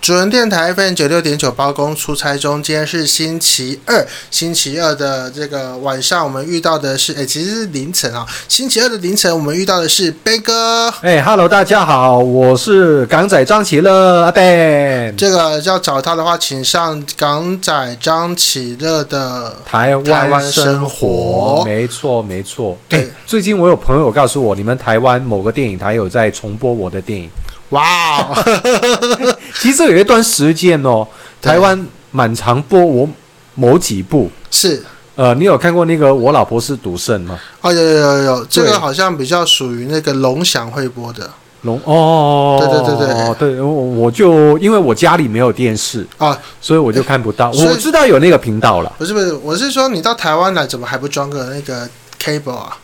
主人电台 FM 九六点九包公出差中，今天是星期二，星期二的这个晚上，我们遇到的是，哎、其实是凌晨啊，星期二的凌晨，我们遇到的是贝哥。哎，Hello，大家好，我是港仔张其乐阿 Ben，这个要找他的话，请上港仔张启乐的，台台湾湾生生活活，没错没错。对哎，最近我有朋友告诉我，你们台湾某个电影台有在重播我的电影。哇 哦，其实有一段时间哦，对台湾蛮常播我某几部。是呃，你有看过那个《我老婆是赌圣》吗？哦，有有有有，这对个好像比较属于那个龙翔会播的龙哦，对对对对哦对，我我就因为我家里没有电视，啊，所以我就看不到。所以我知道有那个频道了，不是不是，我是说你到台湾来，怎么还不装个那个 cable 啊？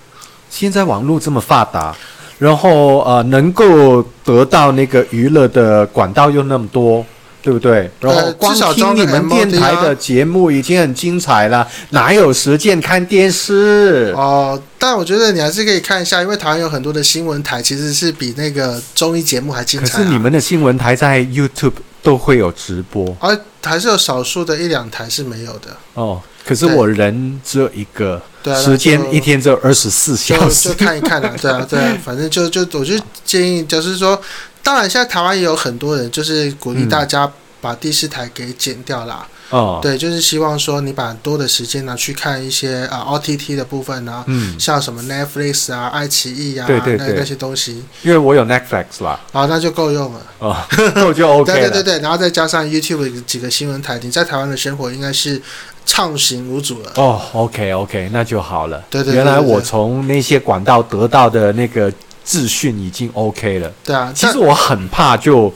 现在网络这么发达，然后呃，能够得到那个娱乐的管道又那么多，对不对？然后呃光至少装听个你们 MOD 啊电台的节目已经很精彩了，哪有时间看电视？哦，但我觉得你还是可以看一下，因为台湾有很多的新闻台其实是比那个综艺节目还精可彩、啊。是你们的新闻台在 YouTube 都会有直播而、哦还是有少数的一两台是没有的。哦，可是对我人只有一个，对啊，那时间就一天只有二十四小就就时。看一看啦、对 啊，对啊，反正就就我就建议，就是说，当然现在台湾也有很多人就是鼓励大家把第四台给剪掉啦，哦，对，就是希望说你把多的时间拿去看一些啊、OTT 的部分啊，嗯，像什么 Netflix 啊、爱奇艺啊，对对那对那些东西，因为我有 Netflix 啦，然后那就够用了。哦，那我就 OK 了。对对对对，然后再加上 YouTube 几个新闻台，你在台湾的生活应该是畅行无阻了。哦，OK OK，那就好了。对对对原来对对我从那些管道得到的那个资讯已经 OK 了。对啊，其实但我很怕就，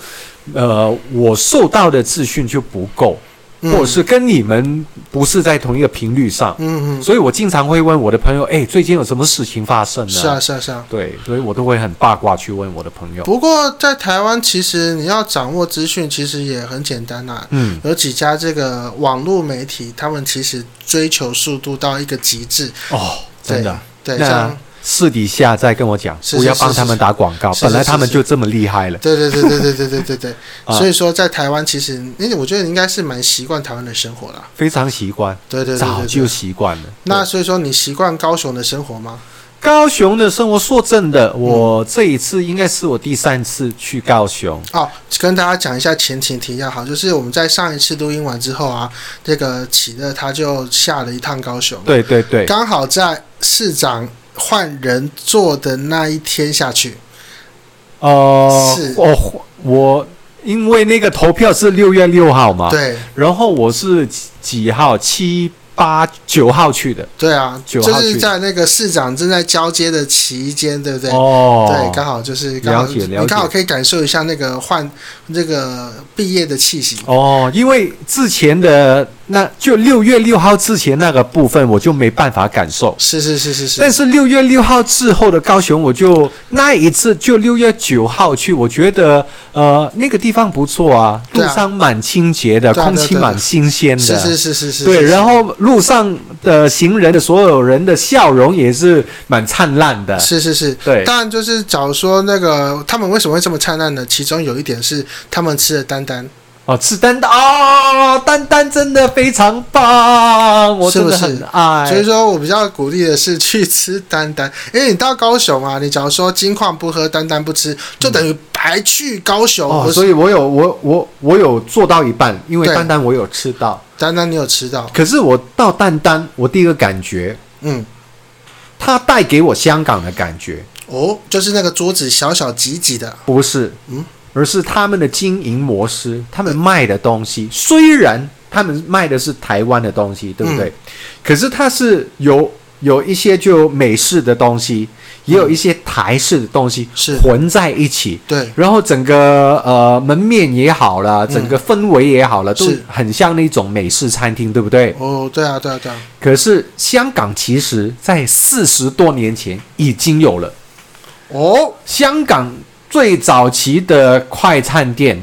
呃，我受到的资讯就不够，或者是跟你们不是在同一个频率上，嗯嗯嗯，所以我经常会问我的朋友，哎，最近有什么事情发生呢？是啊是啊是啊。对，所以我都会很八卦去问我的朋友。不过在台湾，其实你要掌握资讯，其实也很简单呐、嗯，有几家这个网络媒体，他们其实追求速度到一个极致。哦，真的，对，那 像私底下再跟我讲，是不是要是帮是他们打广告，是本来是他们是就这么厉害了。对对对对对对对对对。 啊所以说，在台湾，其实你我觉得你应该是蛮习惯台湾的生活啦。非常习惯，对对对早对就对。习惯了。那对所以说，你习惯高雄的生活吗？高雄的生活，说真的，我这一次应该是我第三次去高雄。哦，跟大家讲一下前情提要，好，就是我们在上一次录音完之后啊，这个启乐他就下了一趟高雄，对对对，刚好在市长换人做的那一天下去，呃是，我我因为那个投票是六月六号嘛，，对然后我是几几号？七八九号去的。对啊，九就号去是在那个市长正在交接的期间，对不对？哦，对，刚好就是刚好，了解你了解刚好可以感受一下那个换那个毕业的气息。哦，因为之前的那就六月六号之前那个部分，我就没办法感受。是是是是是，但是六月六号之后的高雄，我就那一次就六月九号去，我觉得呃那个地方不错啊，对路啊上蛮清洁的，对啊空对气啊对啊蛮新鲜的。是是是是是，对，是然后路上的行人的所有人的笑容也是蛮灿烂的。是是是，哎对当然就是找说那个他们为什么会这么灿烂呢？其中有一点是他们吃的丹丹，哦，吃丹丹哦，丹丹真的非常棒，我是真不的是很爱。所以说我比较鼓励的是去吃丹丹，因为你到高雄啊，你假如说金矿不喝，丹丹不吃，就等于白去高雄。哦，不是所以我有我我我有做到一半，因为对丹丹我有吃到。丹丹你有吃到？可是我到丹丹，我第一个感觉嗯，它带给我香港的感觉，哦，就是那个桌子小小挤挤的，不是，嗯而是他们的经营模式，他们卖的东西，虽然他们卖的是台湾的东西，对不对？嗯可是它是有有一些就美式的东西，也有一些台式的东西是混在一起。对，然后整个呃门面也好了，整个氛围也好了，都嗯是很像那种美式餐厅，对不对？哦，对啊，对啊，对啊，可是香港其实在四十多年前已经有了。哦，香港最早期的快餐店，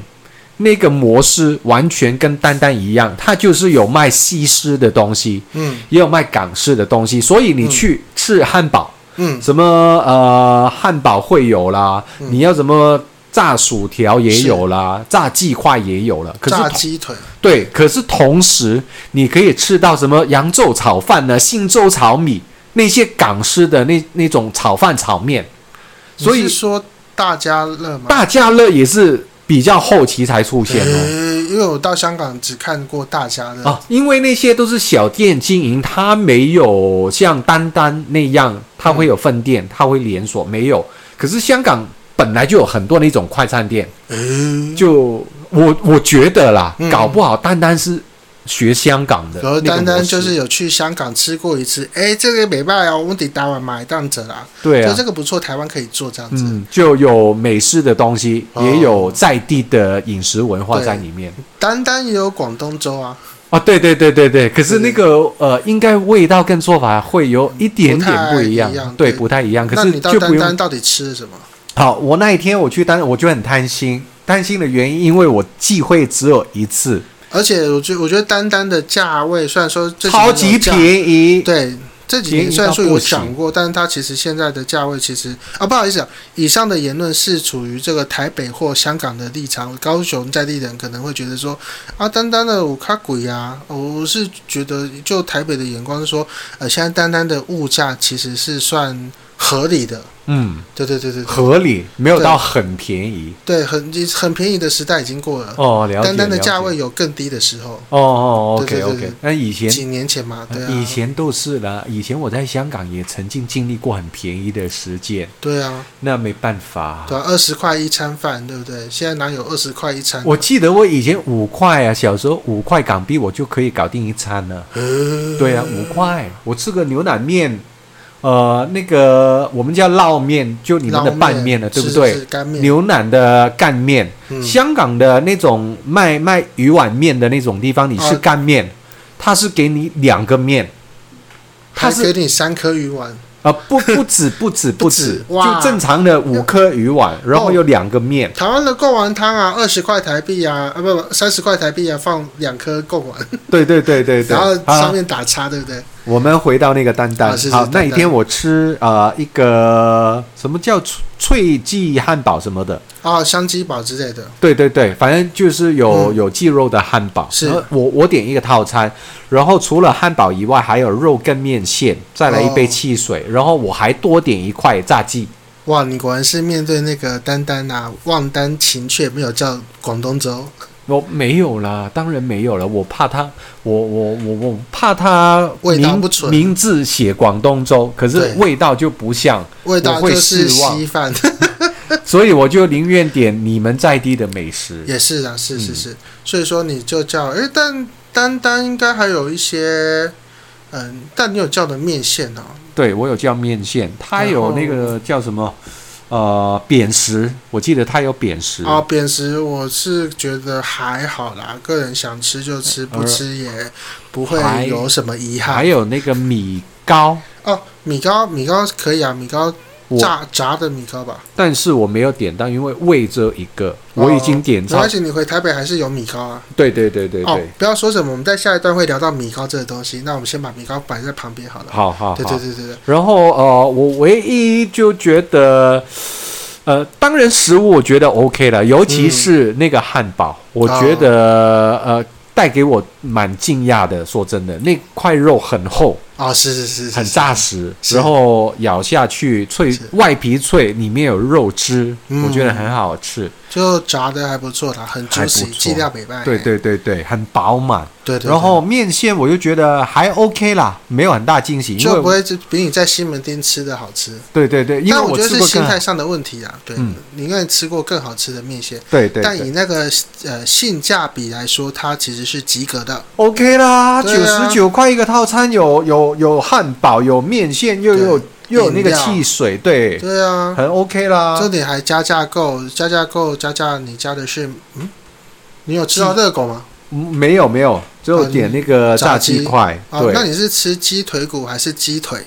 那个模式完全跟丹丹一样，它就是有卖西式的东西，嗯也有卖港式的东西，所以你去吃汉堡，嗯，什么呃汉堡会有啦，你要什么炸薯条也有啦，炸鸡块也有了。可是炸同鸡腿，对，可是同时你可以吃到什么扬州炒饭呢、信州炒米那些港式的那那种炒饭炒面，所你以是说大家乐吗？大家乐也是比较后期才出现哦。诶因为我到香港只看过大家乐，啊，因为那些都是小店经营，它没有像丹丹那样，它会有分店，它会连锁，没有。可是香港本来就有很多那种快餐店，嗯诶就我我觉得啦，嗯搞不好丹丹是学香港的那然个模后式，丹丹就是有去香港吃过一次，诶，这个美拜哦，我们得打完买档者啦，对就啊这。个不错，台湾可以做这样子。嗯，就有美式的东西，哦也有在地的饮食文化在里面丹丹也有广东粥啊，啊。对对对对对，可是那个呃，应该味道跟做法会有一点点不不一太一样对，对不太一样。可那是你到就不丹用丹到底吃了什么？好，我那一天我去单，我就很贪心，贪心的原因，因为我忌讳只有一次，而且我觉我觉得丹丹的价位虽然说这几年超有级降便宜。对，这几便年宜虽然到说不有行涨过，但是它其实现在的价位其实啊，不好意思、啊，以上的言论是处于这个台北或香港的立场，高雄在地人可能会觉得说啊，单单的五卡鬼呀，啊我是觉得就台北的眼光是说，呃，现在单单的物价其实是算合理的，嗯，对对对对对合理，没有到很便宜。对，很很便宜的时代已经过了，哦，了解。单单的了解价位。有更低的时候，哦哦，OK 对对对 OK。那以前几年前嘛，对啊，以前都是啦，以前我在香港也曾经经历过很便宜的时间，对啊，那没办法。对啊，二十块一餐饭，对不对？现在哪有二十块一餐？ 我记得我以前五块啊，小时候五块港币我就可以搞定一餐了。对啊，五块，我吃个牛奶面，呃，那个我们叫烙面，就你们的拌面了，对不对？是是干面牛奶的干面，嗯香港的那种卖卖鱼碗面的那种地方，你吃啊干面，它是给你两个面，它还是给你三颗鱼丸，啊、 不不止不止不不止，止哇哦就正常的五颗鱼碗，然后有两个面，台湾的贡丸汤啊，二十块台币啊，啊不不，三十块台币啊，放两颗贡丸，对对对对对，然后啊上面打叉，对不对？我们回到那个丹丹，啊是是好，丹那丹一天我吃呃一个什么叫脆脆鸡汉堡什么的，啊，香鸡堡之类的，对对对，反正就是有、嗯有鸡肉的汉堡。是然后我我点一个套餐，然后除了汉堡以外，还有肉跟面线，再来一杯哦汽水，然后我还多点一块炸鸡。哇，你果然是面对那个丹丹啊，忘丹情却没有叫广东粥，我哦没有啦，当然没有了，我怕他，我我我我怕他味道名不纯名字写广东粥，可是对味道就不像。味道我会就是失望稀饭，所以我就宁愿点你们在地的美食。也是啊，是是嗯是，所以说你就叫，诶，但丹丹应该还有一些，嗯，但你有叫的面线哦，对我有叫面线，它然有后那个叫什么？呃，扁食，我记得它有扁食。啊，扁食我是觉得还好啦，个人想吃就吃，不呃吃也不会还有什么遗还憾。有那个米糕，哦，米糕，米糕可以啊，米糕我炸炸的米糕吧，但是我没有点到，因为为这一个，我已经点哦没到。关系，你回台北还是有米糕啊。对对对对对，哦，不要说什么，我们在下一段会聊到米糕这个东西，那我们先把米糕摆在旁边好了。好好好。对对对对对，然后呃，我唯一就觉得，呃，当然食物我觉得 OK 了，尤其是那个汉堡，嗯我觉得、呃带给我蛮惊讶的。说真的，那块肉很厚。哦，是是是是，很是，扎实，是然后咬下去脆是，外皮脆，里面有肉汁，嗯我觉得很好吃。就炸的还不错啦，很还不 juicy，错剂量美白。对对对对，很饱满。哎对对，然后面线我就觉得还 OK 啦，没有很大惊喜，对因为就不我会比你在西门町吃的好吃。对对对，因为但我觉得吃是过心更好态上的问题啊，对，嗯你应该吃过更好吃的面线，对对但对以那个呃性价比来说，它其实是及格的。 OK 啦，九对啊十九块一个套餐，有有有汉堡，有面线，又对有又有那个饮料汽水，对，对啊， 很 OK 啦重。点还加价购，加价购加价，你加的是嗯，你有吃到热狗吗？嗯没有没有，只有嗯点那个炸炸鸡鸡块，哦，那对，你是吃鸡腿骨还是鸡腿？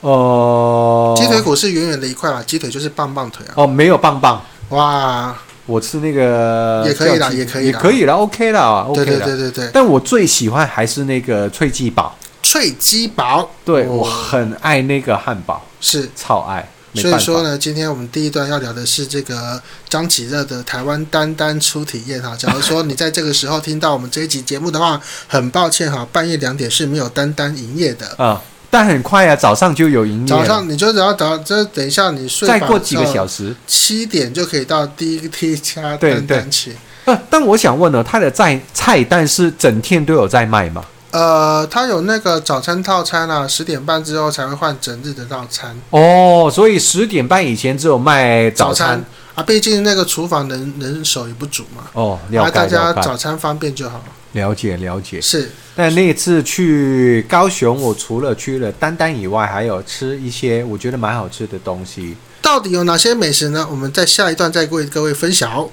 哦，鸡腿骨是圆圆的一块嘛，鸡腿就是棒棒腿啊。哦，没有棒棒。哇，我吃那个也可以啦叫鸡也可以也啦可以啦 o k 啦，OK 对啦。对对对对，但我最喜欢还是那个脆鸡堡，脆鸡堡对、哦我很爱那个汉堡，是超爱。没所以办说法。呢，今天我们第一段要聊的是这个张起热的台湾单单初体验哈。假如说你在这个时候听到我们这一集节目的话，很抱歉哈，半夜两点是没有单单营业的。啊、但很快啊，早上就有营业了，早上嗯你就只要等，这等一下你睡再饱过之几个后小时。七点就可以到第一第一家对单对单去。啊，但我想问呢，他的菜菜单是整天都有在卖吗？呃，它有那个早餐套餐啊，十点半之后才会换整日的套餐。哦，所以十点半以前只有卖早早餐啊，毕竟那个厨房人人手也不足嘛，哦，了啊，解大家了解早餐方便就好。了解了解。是，但那次去高雄，我除了去了丹丹以外，还有吃一些我觉得蛮好吃的东西。到底有哪些美食呢？我们在下一段再为各位分享。哦，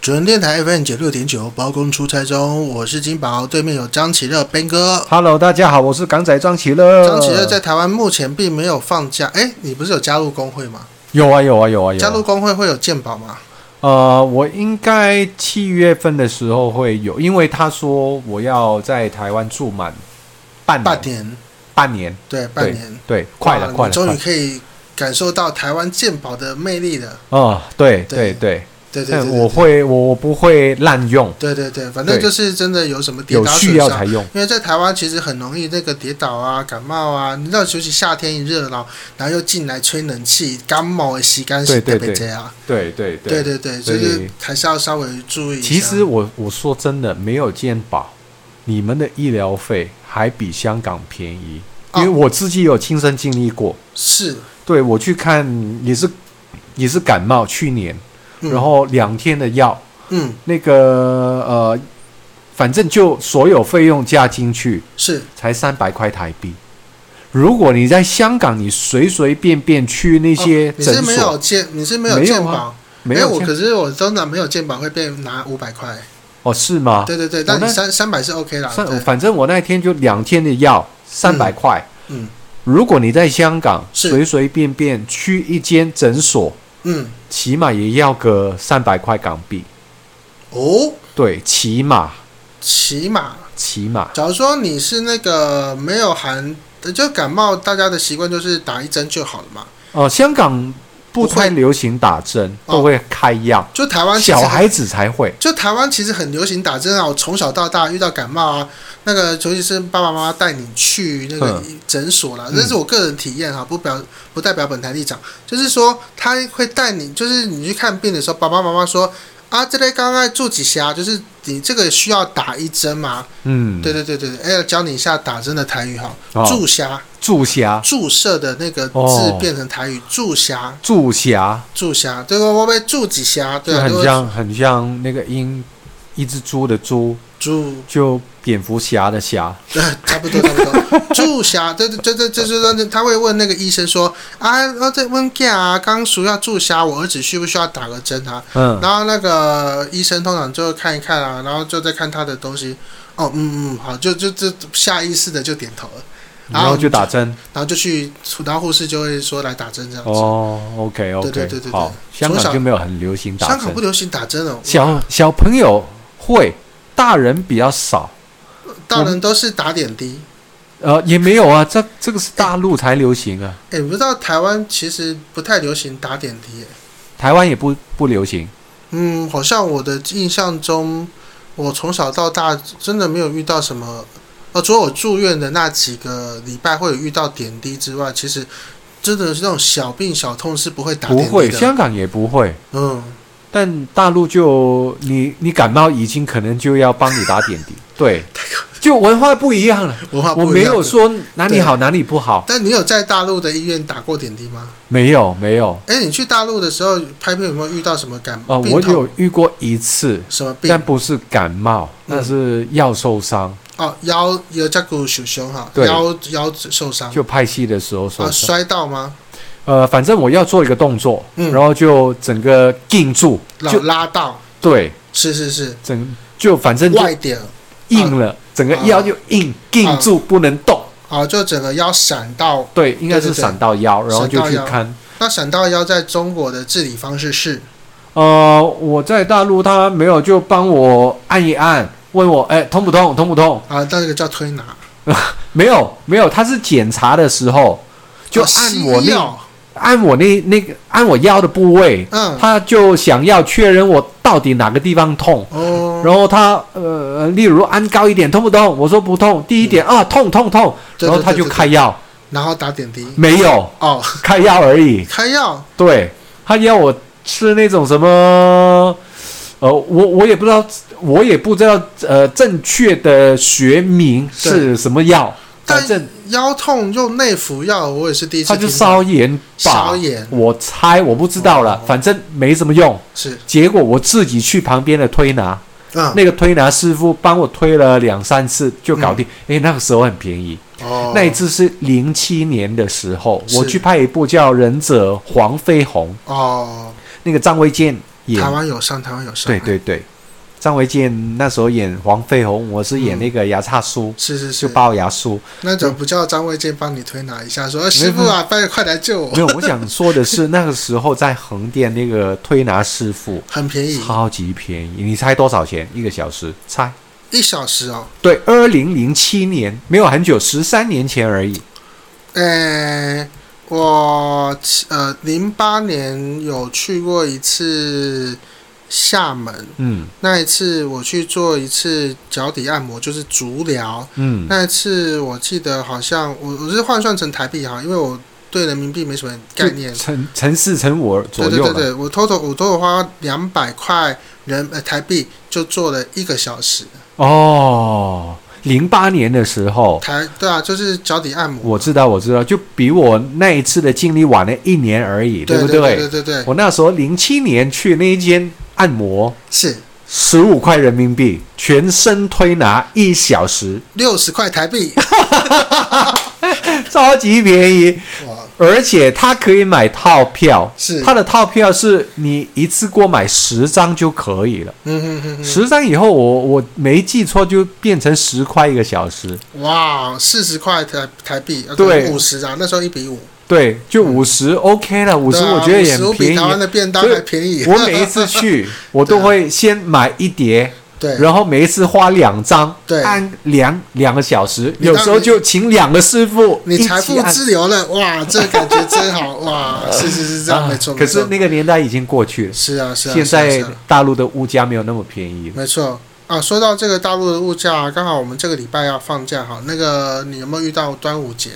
主人电台 FM 九六点九，包公出差中，我是金宝，对面有张启乐 Ben 哥。 Hello，大家好，我是港仔张启乐。张启乐在台湾目前并没有放假。哎，你不是有加入工会吗？有啊有啊有啊有加入啊。工会会有健保吗？呃，我应该七月份的时候会有，因为他说我要在台湾住满半半年，年，半年，嗯对，半年。对，快了哇你快了，终快于了。可以感受到台湾健保的魅力了。哦，对对对对，对对对但对我会我我不会滥用，对对对，反正对就是真的有什么跌有倒需损要伤才。用。因为在台湾其实很容易那个跌倒啊、感冒啊，你知道，尤其夏天一热闹，然后又进来吹冷气，感冒的吸干是对对特别对这样。啊对对对对对对，所就以是还是要稍微注意一下。其实我我说真的，没有健保，你们的医疗费还比香港便宜，哦因为我自己有亲身经历过。是，对我去看也是也是感冒，去年，嗯然后两天的药，嗯那个呃，反正就所有费用加进去是才三百块台币。如果你在香港，你随随便便去那些哦你是诊没所，有健，你是没有没有健啊保，没因为有我健可是我真的没有健保会被拿五百块。哦是吗？对对对，我但你那三三百是 OK 啦。三，对反正我那天就两天的药，三百块。嗯，如果你在香港是随随便便去一间诊所，嗯起码也要个三百块港币。哦，对，起码起码起码假如说你是那个没有含，就感冒，大家的习惯就是打一针就好了嘛。哦、呃香港不不会太流行打针，哦都会开药，就台湾其实小孩子才会。就台湾其实很流行打针啊，我从小到大遇到感冒啊，那个尤其是爸爸妈妈带你去那个诊所啦，嗯这是我个人体验哈，不表不代表本台立场，就是说他会带你，就是你去看病的时候，爸爸妈妈说啊，这类刚刚做几下，就是你这个需要打一针嘛，嗯，对对对对，哎，教你一下打针的台语哈，哦注虾注虾注射的那个字哦变成台语注虾注虾注虾，这个我被注几虾，对就啊，很就会像很像那个鹰，一只猪的猪，注。就蝙蝠侠的侠。对，差不多差不多。注射，对对对对，就是说他会问那个医生说啊，我这问假啊，刚说要注射，我儿子需不需要打个针啊？嗯，然后那个医生通常就看一看啊，然后就再看他的东西。哦，嗯嗯，好，就就就下意识的就点头了，然然后后就打针。然后就去，然后护士就会说来打针这样子。哦，OK OK，对对对对好，从香小港就没有很流行打香港不针，流行打针哦，小小朋友会，大人比较少，大人都是打点滴。呃，也没有啊，这这个是大陆才流行啊，哎，你不知道台湾其实不太流行打点滴耶、台湾也不不流行，嗯，好像我的印象中，我从小到大真的没有遇到什么，呃，除了我住院的那几个礼拜会有遇到点滴之外，其实真的是那种小病小痛是不会打不点滴会，的。香港也不会， 嗯，但大陆就你你感冒已经可能就要帮你打 点滴，对，就文化不一样了，文化我啊不一没样有的。说哪里好哪里不好，但你有在大陆的医院打过点滴吗？没有没有，哎，你去大陆的时候拍片有没有遇到什么感啊、病我痛有遇过一次，什么病嗯但？不是感冒，那是腰受伤，哦，腰有胛骨受伤哈，对腰腰受伤就拍戏的时候受啊，伤。摔到吗？呃，反正我要做一个动作，嗯然后就整个定住，拉就拉到，对，是是是，整就反正就外啊点。硬了，整个腰就硬、定住，不能动。啊，就整个腰闪到。对，应该是闪到腰，对然后就闪去到腰看。那闪到腰在中国的治理方式是，呃，我在大陆他没有就帮我按一按，问我哎痛不痛，痛不痛？啊，那个叫推拿。没有没有，他是检查的时候就按我那、哦按我那那个按我要的部位，嗯他就想要确认我到底哪个地方痛。哦，然后他呃，例如按高一点痛不痛？我说不痛。第一点、啊，痛痛痛，嗯对然后他就开，对对对药，然后打点滴 没有哦，开药而已。开药对，他要我吃那种什么，呃，我我也不知道，我也不知道，呃，正确的学名是什么药，但反正腰痛用内服药，我也是第一次他听到，就烧盐吧，烧盐我猜我不知道了，哦反正没什么用。是结果我自己去旁边的推拿，嗯那个推拿师傅帮我推了两三次就搞定，诶，那个时候很便宜。哦那一次是零七年的时候，是我去拍一部叫《忍者黄飞鸿》，哦，那个张卫健演台湾有上，台湾有上，对对对，张卫健那时候演黄飞鸿，我是演那个牙叉叔，是是，就是哦龅牙叔。那怎么不叫张卫健帮你推拿一下？嗯说师傅啊，拜快来救我没，有，我想说的是，那个时候在横店那个推拿师傅很便宜，超级便宜，你猜多少钱一个小时？猜。一小时哦。对，二零零七年没有很久，十三年前而已。呃，我呃零八年有去过一次厦门，嗯那一次我去做一次脚底按摩，就是足疗。嗯那一次我记得好像我我是换算成台币哈，因为我对人民币没什么概念就。乘乘四乘五左对右对对了。对，我 total 我 total 花两百块人呃台币就做了一个小时。哦，零八年的时候，台对啊，就是脚底按摩。我知道我知道，就比我那一次的经历晚了一年而已，对不对对对对，我那时候零七年去那一间按摩，是十五块人民币，全身推拿一小时，六十块台币。超级便宜，哇，而且它可以买套票，是它的套票是你一次过买十张就可以了，嗯哼哼哼，十张以后我我没记错就变成十块一个小时，哇，四十块台台币，对五十啊，那时候一比五，对，就五十 OK 了，五十嗯对啊我觉得也55很比便宜台。湾的便当所以还便宜。我每一次去，我对都啊会先买一碟， 对，然后每一次花两张，对按两两个小时，你有时候当你就请两个师傅你一财起富按自由了，哇，这感觉真好，哇，是是是这样，啊没错，可是没错那个年代已经过去了，是啊是啊，现是啊在是啊大陆的物价没有那么便宜了。没错。啊，说到这个大陆的物价，刚好我们这个礼拜要放假哈。那个，你有没有遇到端午节？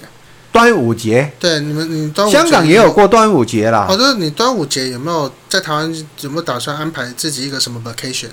端午节，对，你们你端午节香港也有过端午节啦哦，，就是你端午节有没有在台湾有没有打算安排自己一个什么 vacation？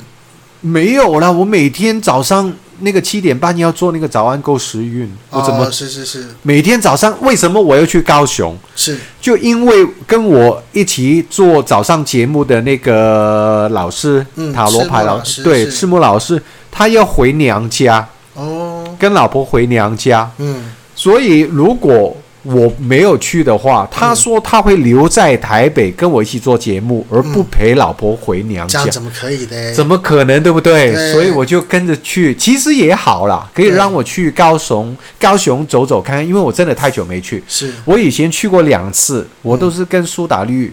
没有啦，我每天早上那个七点半要做那个早安购时运，我怎么哦、是是是每天早上为什么我要去高雄？是就因为跟我一起做早上节目的那个老师，嗯塔罗牌老赤木老师对，是赤木老师，他要回娘家，哦，跟老婆回娘家，嗯所以如果我没有去的话，他说他会留在台北跟我一起做节目，而不陪老婆回嗯娘这家样，怎么可以呢？怎么可能，对不对？对所以我就跟着去，其实也好啦，可以对让我去高雄，高雄走走看看，因为我真的太久没去。是我以前去过两次，嗯我都是跟苏打绿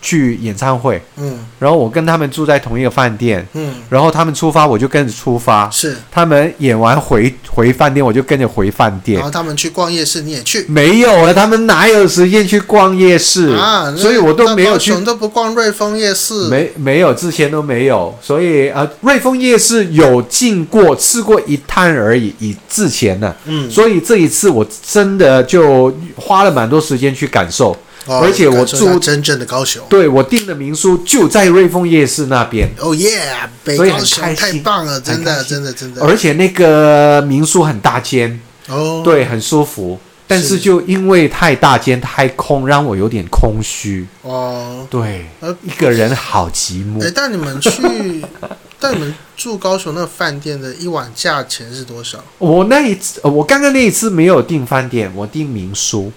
去演唱会，嗯然后我跟他们住在同一个饭店，嗯然后他们出发我就跟着出发，是，他们演完回回饭店我就跟着回饭然店后。他们去逛夜市，你也去。没有啊，他们哪有时间去逛夜市啊，那所以我都没有去那高雄，都不逛瑞丰夜市，没没有之前都没有，所以啊，瑞丰夜市有进过吃过一摊而已，以之前呢、嗯，所以这一次我真的就花了蛮多时间去感受，哦而且我感受一下住真正的高雄，对我订的民宿就在瑞丰夜市那边，哦耶，北所以高很雄开太心棒了，真的开心真的真的，而且那个民宿很大间，哦，对，很舒服。但是就因为太大间太空，让我有点空虚。哦，对，呃一个人好寂寞。哎，但你们去， 但你们住高雄那个饭店的一晚价钱是多少我那一次，呃我刚刚那一次没有订饭店，我订民宿。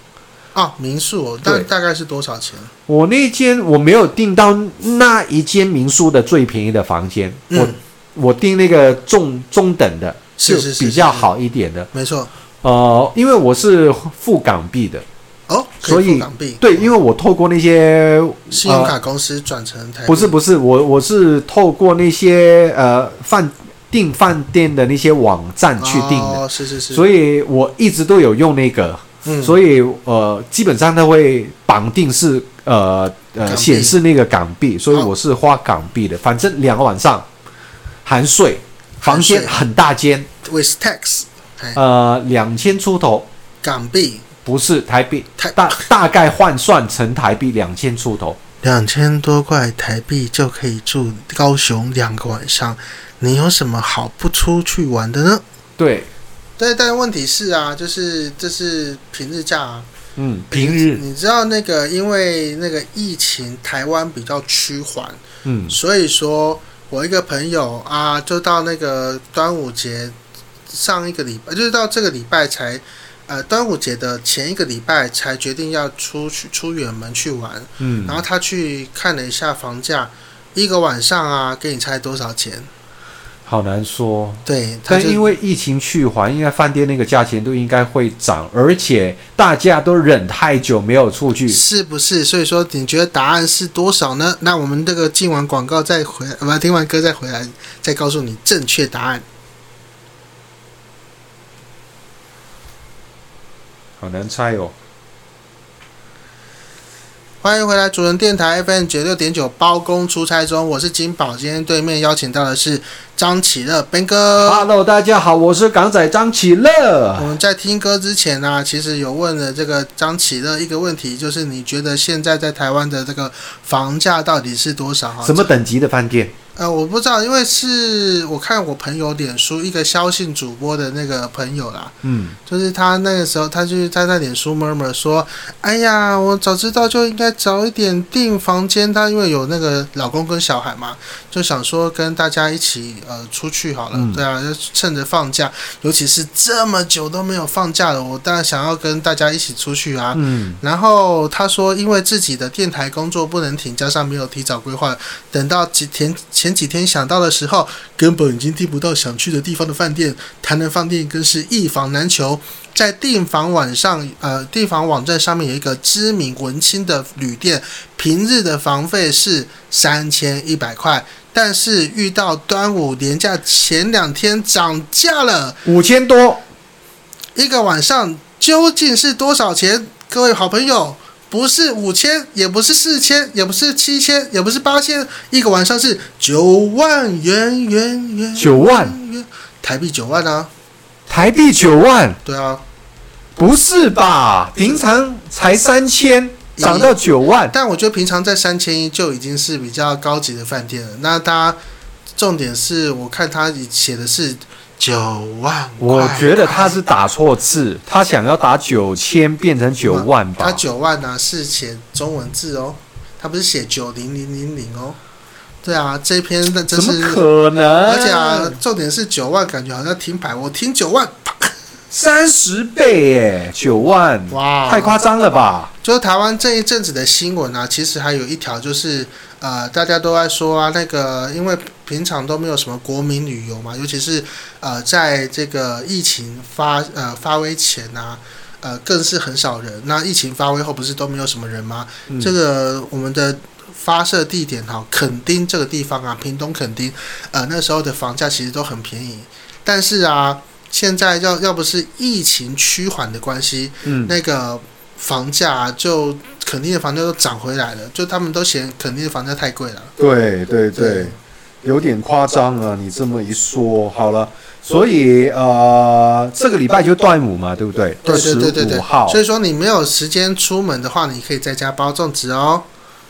啊？民宿哦，大对大概是多少钱？我那间我没有订到那一间民宿的最便宜的房间，嗯我我订那个中中等的，是就是是比较是好一点的。没错，呃，因为我是付港币的，哦，可所以付以港币，对，因为我透过那些信哎用卡公司转成台币，不是不是，我我是透过那些呃饭订饭店的那些网站去订的，哦，是是是，所以以我一直都有用那个，嗯，所以呃，基本上它会绑定是呃港呃币显示那个港币，所以好我是花港币的，反正两个晚上含税，含房间税很大间， with tax，哎，呃，两千出头，港币不是台币台，大大概换算成台币两千出头。两千多块台币就可以住高雄两个晚上，你有什么好不出去玩的呢？对，对，但问题是啊，就是这是平日假啊，嗯，平日，你知道那个因为那个疫情，台湾比较趋缓，嗯所以说我一个朋友啊，就到那个端午节上一个礼拜，就是到这个礼拜才，呃，端午节的前一个礼拜才决定要出去出远门去玩，嗯然，后他去看了一下房价，一个晚上啊，给你猜多少钱？好难说。对，他但就因为疫情去还，应该饭店那个价钱都应该会涨，而且大家都忍太久没有出去，是不是？所以说，你觉得答案是多少呢？那我们这个进完广告再回来，不听完歌再回来，再告诉你正确答案。好难猜哦。欢迎回来，主人电台 FM 九六点九，包公出差中，我是金宝。今天对面邀请到的是张启乐 Ben 哥。 Hello，大家好，我是港仔张启我乐。们在听歌之前呢、啊其实有问了这个张启乐一个问题，就是你觉得现在在台湾的这个房价到底是多少啊？什么等级的饭店？呃，我不知道，因为是我看我朋友脸书一个肖姓主播的那个朋友啦，嗯，就是他那个时候，他就是他在脸书 murmur 说：“哎呀，我早知道就应该早一点订房间。”他因为有那个老公跟小孩嘛，就想说跟大家一起呃出去好了，嗯对啊，就趁着放假，尤其是这么久都没有放假了，我当然想要跟大家一起出去啊。嗯，然后他说，因为自己的电台工作不能停，加上没有提早规划，等到几天前几天想到的时候，根本已经订不到想去的地方的饭店。台南饭店更是一房难求，在订房网上，呃，订房网站上面有一个知名文青的旅店，平日的房费是三千一百块，但是遇到端午连假前两天涨价了。五千多，一个晚上究竟是多少钱？各位好朋友，不是五千，也不是四千，也不是七千，也不是八千，一个晚上是九万元元元九万元台币九万啊！台币九万，对啊，不是吧？平常才三千，涨到九万，但我觉得平常在三千一就已经是比较高级的饭店了。那他重点是我看他写的是九万块，啊我觉得他是打错字，他想要打九千变成九万吧他？九万呢、是写中文字哦，他不是写九零零零零哦。对啊，这篇那真怎么是，可能？而且哎啊，重点是九万，感觉好像停牌，我停九万，啪三十倍耶，九万，哇，太夸张了吧？就是台湾这一阵子的新闻啊，其实还有一条就是，呃，大家都在说啊，那个因为平常都没有什么国民旅游嘛，尤其是呃，在这个疫情发呃发威前啊，呃，更是很少人。那疫情发威后不是都没有什么人吗？嗯这个我们的发射地点哈、垦丁这个地方啊，屏东垦丁，呃，那时候的房价其实都很便宜，但是啊，现在要要不是疫情趋缓的关系，嗯，那个房价啊就肯定的房价都涨回来了，就他们都嫌肯定的房价太贵了。对对对对，有点夸张啊！你这么一说，好了，所以呃，这个礼拜就端午嘛，对不对？对对对对25对号，，所以说你没有时间出门的话，你可以在家包粽子哦。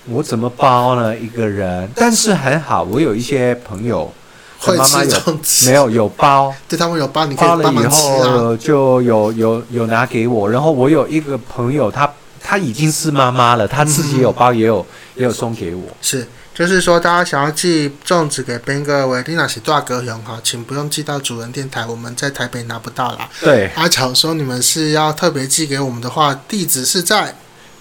我怎么包呢？一个人，但是很好，我有一些朋友会妈吃妈有粽子，没有有包，对他们有包，你可包以了帮以忙吃啊。后呃就有有有拿给我，然后我有一个朋友，他他已经是妈妈了，他自己有嗯包，也有也有送给我。是，就是说大家想要寄粽子给边哥维丽娜是大哥熊哈，请不用寄到主人电台，我们在台北拿不到啦。对，阿巧说你们是要特别寄给我们的话，地址是在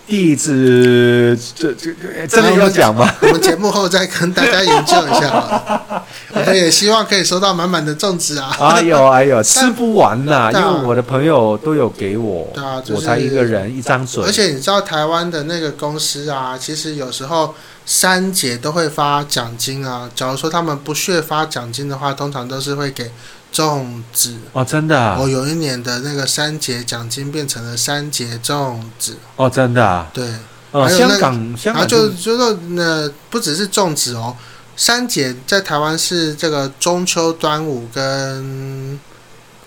地址这这这真的要讲吗？ 我们节目后再跟大家研究一下好了。我们也希望可以收到满满的粽子啊。 哎呦哎呦，吃不完呐！因但为我的朋友都有给我对啊，就是我才一个人一张嘴而。且你知道台湾的那个公司啊，其实有时候三节都会发奖金啊。假如说他们不屑发奖金的话，通常都是会给粽子。哦，真的啊我、有一年的那个三节奖金变成了三节粽子，哦，真的啊，对，呃，还有那香个港然香后港就就说那不只是粽子哦，三节在台湾是这个中秋、端午跟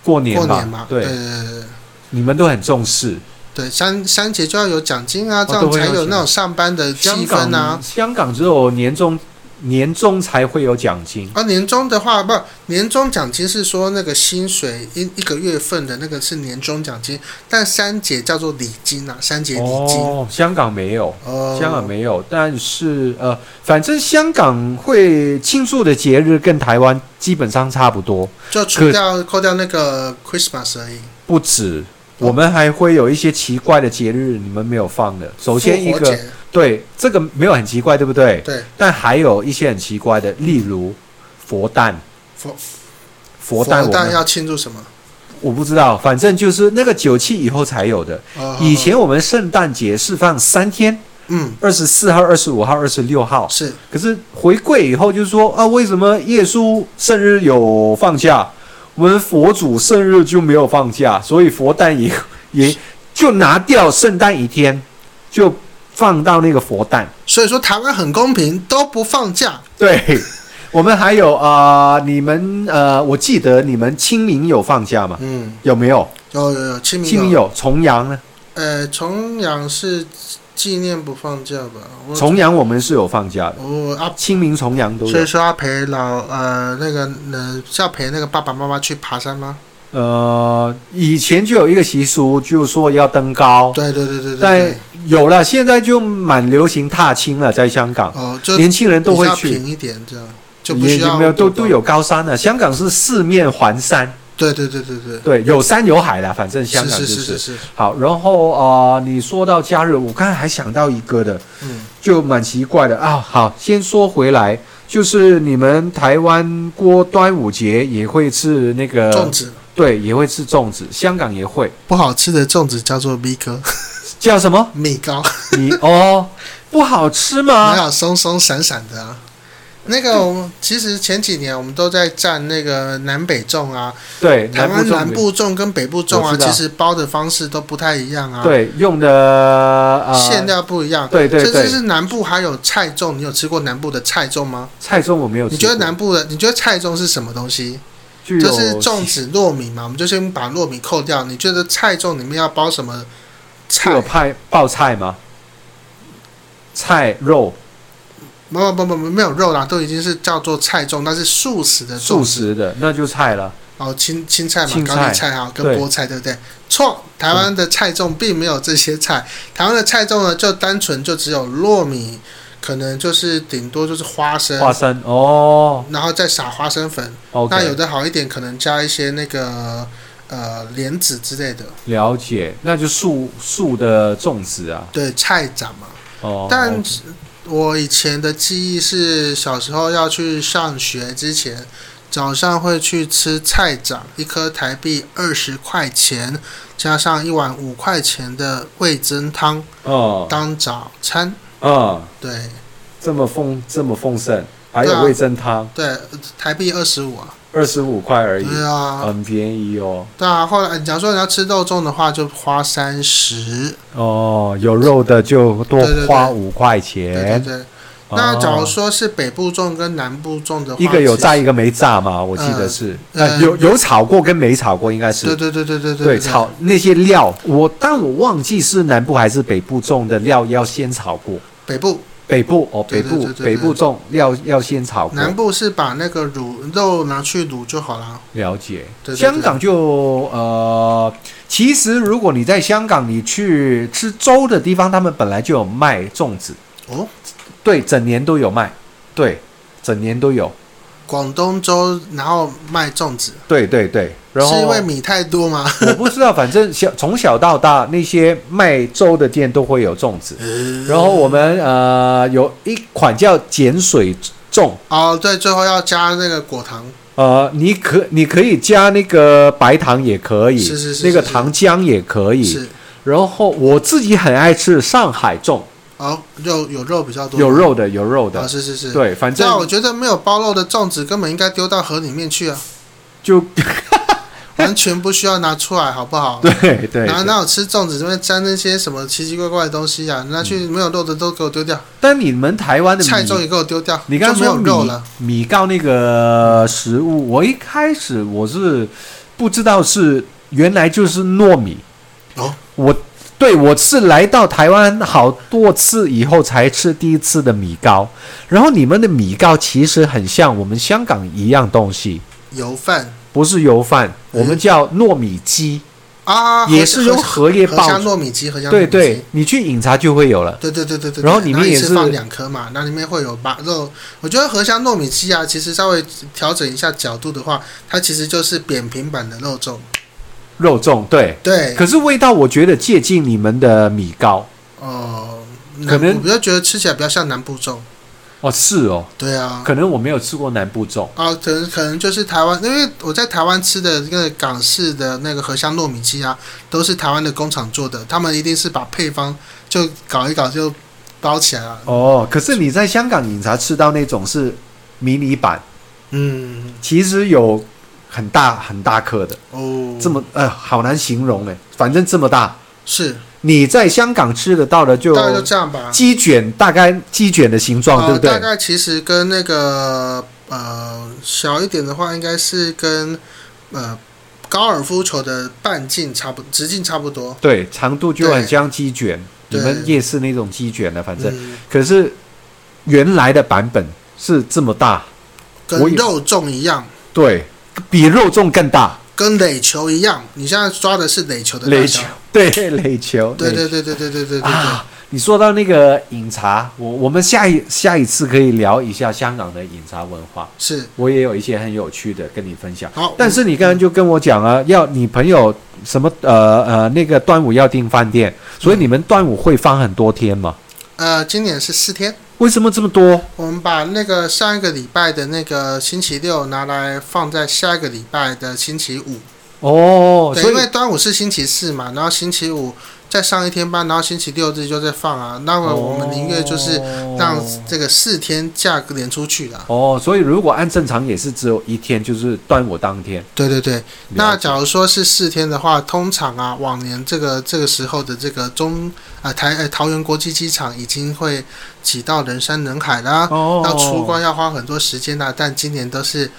过年过嘛，年嘛，对对，对对你们都很重视，对，三三节就要有奖金啊，这哦都样会才有有那奖种上班的气香氛啊港。香港只有年终年终才会有奖金，啊，年终的话，不，年终奖金是说那个薪水一一个月份的那个是年终奖金，但三节叫做礼金啊，三节礼金。哦，哦，香港没有。香港没有，但是呃，反正香港会庆祝的节日跟台湾基本上差不多，就除可掉扣掉那个 Christmas 而已。不止，我们还会有一些奇怪的节日，你们没有放的。首先一复活个，节对这个没有很奇怪，对不对？对。但还有一些很奇怪的，例如佛诞。佛佛诞我诞们要庆祝什么？我不知道，反正就是那个九七以后才有的。哦以前我们圣诞节是放三天，嗯二十四号、二十五号、二十六号。是可是回归以后，就是说啊，为什么耶稣生日有放假，我们佛祖生日就没有放假？所以佛诞也也就拿掉圣诞一天，就放到那个佛诞。所以说台湾很公平，都不放假。对，我们还有啊、呃你们呃，我记得你们清明有放假吗？嗯，有没有？有有有，清明清明有，重阳呢？呃，重阳是纪念不放假吧？我重阳我们是有放假的，我啊，清明、重阳都所以有。说要陪老呃那个呃是要陪那个爸爸妈妈去爬山吗？呃，以前就有一个习俗，就说要登高。对对对对对哦但对。有了，现在就蛮流行踏青了，在香港，哦，就年轻人都会比较去，平一点这样，就不也需也要没有都多都。有高山了。香港是四面环山，对对对对对，对，有山有海啦，反正香港就是是是是是，好。然后啊、呃你说到假日，我刚才还想到一个的，嗯，就蛮奇怪的啊。好，先说回来，就是你们台湾过端午节也会吃那粽个，子对，也会吃粽子，香港也会不好吃的粽子叫做米糕，叫什么？米 糕，你哦，不好吃 吗还？有松松散散的啊。那个我们其实前几年我们都在占那个南北粽啊，对，台湾部粽南子部粽跟北部粽啊，我知其道实包的方式都不太一样啊，对，用的呃馅料不一样。对对甚至对，是南部还有菜粽，你有吃过南部的菜粽吗？菜中我没有吃过。你觉得南部的，你觉得菜粽是什么东西？具有就是粽子、糯米嘛，我们就先把糯米扣掉。你觉得菜粽里面要包什么具有菜？派爆菜吗？菜肉不不不不，没有肉啦，都已经是叫做菜粽，那是素呃食的素粽子食的，那就菜了。哦，青青菜嘛，青高菜丽菜啊，跟对菠菜，对不对？错，台湾的菜种并没有这些菜，台湾的菜种呢，就单纯就只有糯米，可能就是顶多就是花生，花生哦然后再撒花生粉。那有，OK，的好一点，可能加一些那个呃莲子之类的，了解，那就素素的粽子啊。对，菜长嘛。哦，但 OK 我以前的记忆是小时候要去上学之前，早上会去吃菜长，一颗台币二十块钱，加上一碗五块钱的味增汤哦当早餐。哦，对这么丰这么丰盛，还对啊有味噌汤，对，台币二十五啊。二十五块而已，对啊，很便宜哦。对啊。后来假如说你要吃肉粽的话，就花三十。哦，有肉的就多对对对花五块对对钱。对。那哦假如说是北部粽跟南部粽的话，一个有其实炸，一个没炸嘛，我记得是。嗯呃，有有炒过跟没炒过，应该是对对对对对对对炒那些料，我但我忘记是南部还是北部种的料要先炒过。北部北部哦，对北对部对对北部对种料要先炒过。南部是把那个卤肉拿去卤就好了。了解，对对对香港就呃，其实如果你在香港，你去吃粥的地方，他们本来就有卖粽子，哦，对，整年都有卖，对，整年都有，广东粥，然后卖粽子，对对对。然后是因为米太多吗？我不知道，反正小从小到大，那些卖粥的店都会有粽子。嗯然后我们呃有一款叫碱水粽，哦，对，最后要加那个果糖，呃，你可你可以加那个白糖也可以，是是是那个是嗯糖浆也可以。是然后我自己很爱吃上海粽，哦，肉有肉比较多，有肉的，有肉啊，的，是是是。对，反这样我觉正得没有包肉的粽子根本应该丢到河里面去 啊，就完全不需要拿出来，好不好？对对对哪哪有吃粽子这边沾那些什么奇奇怪怪的东西啊？拿去没有肉的都给我丢掉，但你们台湾的菜粽米，也给我丢掉，你刚就刚没说有肉米了。米糕那个食物，我一开始我是不知道是原来就是糯米哦，我对我是来到台湾好多次以后才吃第一次的米糕，然后你们的米糕其实很像我们香港一样东西，油饭不是油饭，嗯我们叫糯米鸡，啊，也是用荷荷叶荷爆香出，糯米鸡，荷香糯米对鸡对，你去饮茶就会有了。对对对对对，然后对里面那一也次是放两颗嘛，那里面会有把肉。我觉得荷香糯米鸡啊，其实稍微调整一下角度的话，它其实就是扁平版的肉粽。肉粽，对。对，可是味道，我觉得接近你们的米糕哦、可南能部我就觉得吃起来比较像南部粽。哦，是哦，对啊，可能我没有吃过南部粽，啊，可能可能就是台湾，因为我在台湾吃的那个港式的那个荷香糯米鸡啊，都是台湾的工厂做的，他们一定是把配方就搞一搞就包起来了。哦，可是你在香港饮茶吃到那种是迷你版，嗯，其实有很大很大颗的，哦，这么呃好难形容哎，反正这么大，是你在香港吃得到的就大概就这样吧。鸡卷，大概鸡卷的形状，呃对不大对？概其实跟那个呃小一点的话，应该是跟呃高尔夫球的半径差不直径差不多。对，长度就对很像鸡卷，你对们夜市那种鸡卷的，反正嗯，可是原来的版本是这么大，跟我以肉粽一样，对，比肉粽更大，跟垒球一样。你现在抓的是垒球的大垒小球，对，垒球，对垒对对对对对对对对，啊！你说到那个饮茶，我我们下一下一次可以聊一下香港的饮茶文化，是。我也有一些很有趣的跟你分享。好，但是你刚刚就跟我讲啊，要你朋友什么呃呃那个端午要订饭店，所以你们端午会放很多天吗？呃，今年是四天，为什么这么多？我们把那个上一个礼拜的那个星期六拿来放在下一个礼拜的星期五。哦，对，所以因为端午是星期四嘛，然后星期五再上一天班，然后星期六日就在放啊。那么我们宁愿就是让这个四天假连出去啦。哦，所以如果按正常也是只有一天，就是端午当天。对对对，那了解假如说是四天的话，通常啊，往年这个这个时候的这个中啊、台呃桃园国际机场已经会挤到人山人海啦。哦要出关要花很多时间啦，但今年都是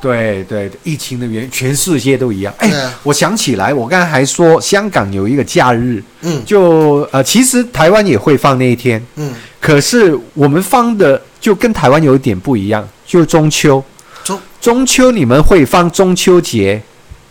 对对，疫情的原因，全世界都一样。哎，对啊我想起来，我刚才还说香港有一个假日，嗯就呃，其实台湾也会放那一天，嗯，可是我们放的就跟台湾有一点不一样，就中秋。中中秋你们会放中秋节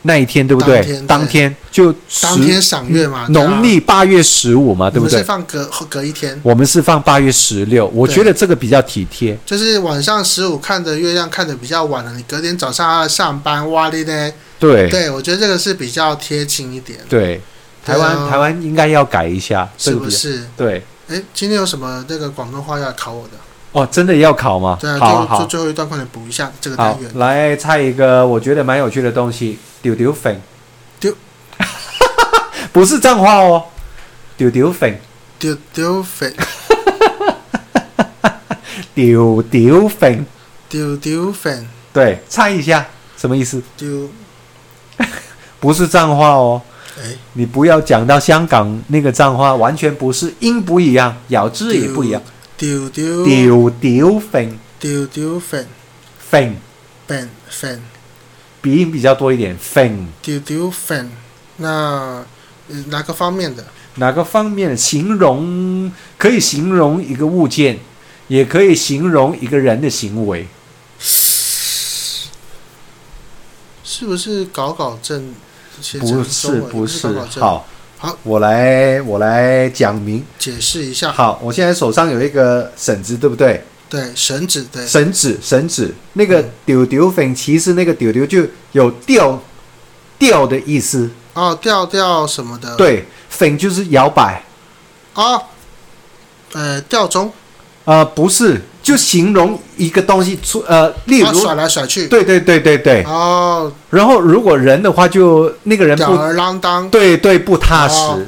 那一天，对不对？当天对就当十天赏月嘛，对啊农历八月十五嘛，对我不们是对？放隔后隔一天，我们是放八月十六，我对觉得这个比较体贴。就是晚上十五看的月亮看的比较晚了，你隔天早上还要上班哇哩嘞。对对，我觉得这个是比较贴近一点，对台湾、对啊台湾应该要改一下，这是个比不较是？对哎，今天有什么那个广东话要考我的？哦，真的要考吗？对啊，好就就好最后一段快点补一下这个单好元，。来猜一个我觉得蛮有趣的东西，丢丢粉，丢， 不是脏话哦，丢丢粉，丢丢粉，丢丢粉，丢丢粉，对，猜一下什么意思？丢不是脏话哦，哎，你不要讲到香港那个脏话，完全不是音不一样，咬字也不一样，丢丢丢丢粉丢丢粉粉，粉粉鼻音比较多一点粉。丢丢粉，那呃哪个方面的？哪个方面形容可以形容一个物件，也可以形容一个人的行为。是不是搞搞震？写成不是中文不是是搞搞，震，好，好，我来我来讲明。解释一下。好，我现在手上有一个绳子，对不对？对，绳子，对，绳子绳子，那个嗯丢丢粉，其实那个丢丢就有掉掉的意思。哦，调调什么的，，对，粉就是摇摆，哦，呃，吊钟，呃，不是，就形容一个东西出，呃，例啊如甩，来甩去，对对对对对。哦，然后如果人的话就，那个人吊不儿郎当，对对不踏实，哦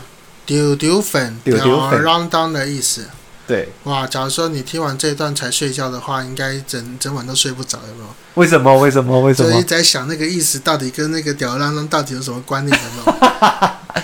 丢丢粉，丢丢粉然后 round down 的意思。对，哇，假如说你听完这一段才睡觉的话，应该整整晚都睡不着，有没有？为什么？为什么？为什就一么直？在想那个意思到底跟那个吊儿郎当到底有什么关联，有没 有？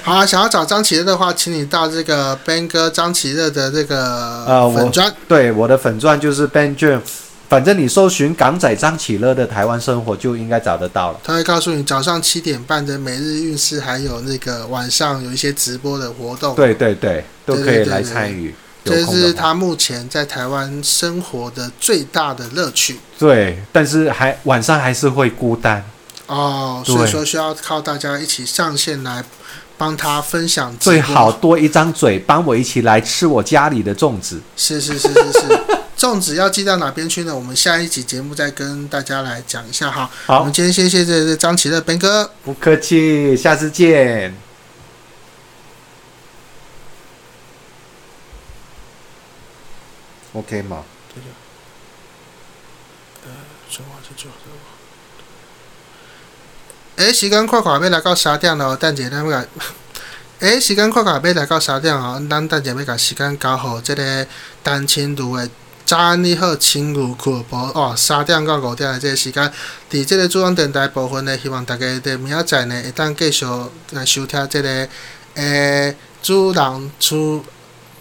好啊，想要找张起乐的话，请你到这个 Ben 哥张起乐的这呃个我粉砖，对，我的粉钻就是 Ben Jun，反正你搜寻港仔张启乐的台湾生活就应该找得到了。他会告诉你早上七点半的每日运势，还有那个晚上有一些直播的活动。对对对，都对可对对以来对参与。有这空的是话他目前在台湾生活的最大的乐趣对，但是还晚上还是会孤单。哦，所以对说需要靠大家一起上线来帮他分享直播最好多一张嘴，帮我一起来吃我家里的粽子。是是是是是， 粽子要寄到哪边去呢？我们下一集节目再跟大家来讲一下哈。我好们，今天先谢谢张琪的 Ben 哥。不客气，下次见。OK 吗？诶，时间看看要来到三点咯，等者咱要甲。 诶，时间看看要来到三点吼，咱等者要甲时间交互即个单亲牛的早安你好，亲牛俱乐部哦，三点到五点的即个时间，伫即个主网电台部分呢，希望大家伫明仔载呢会当继续来收听即、个诶主人出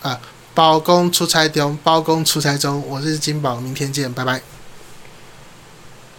啊包公出差中，包公出差中，我是金宝，明天见，拜拜。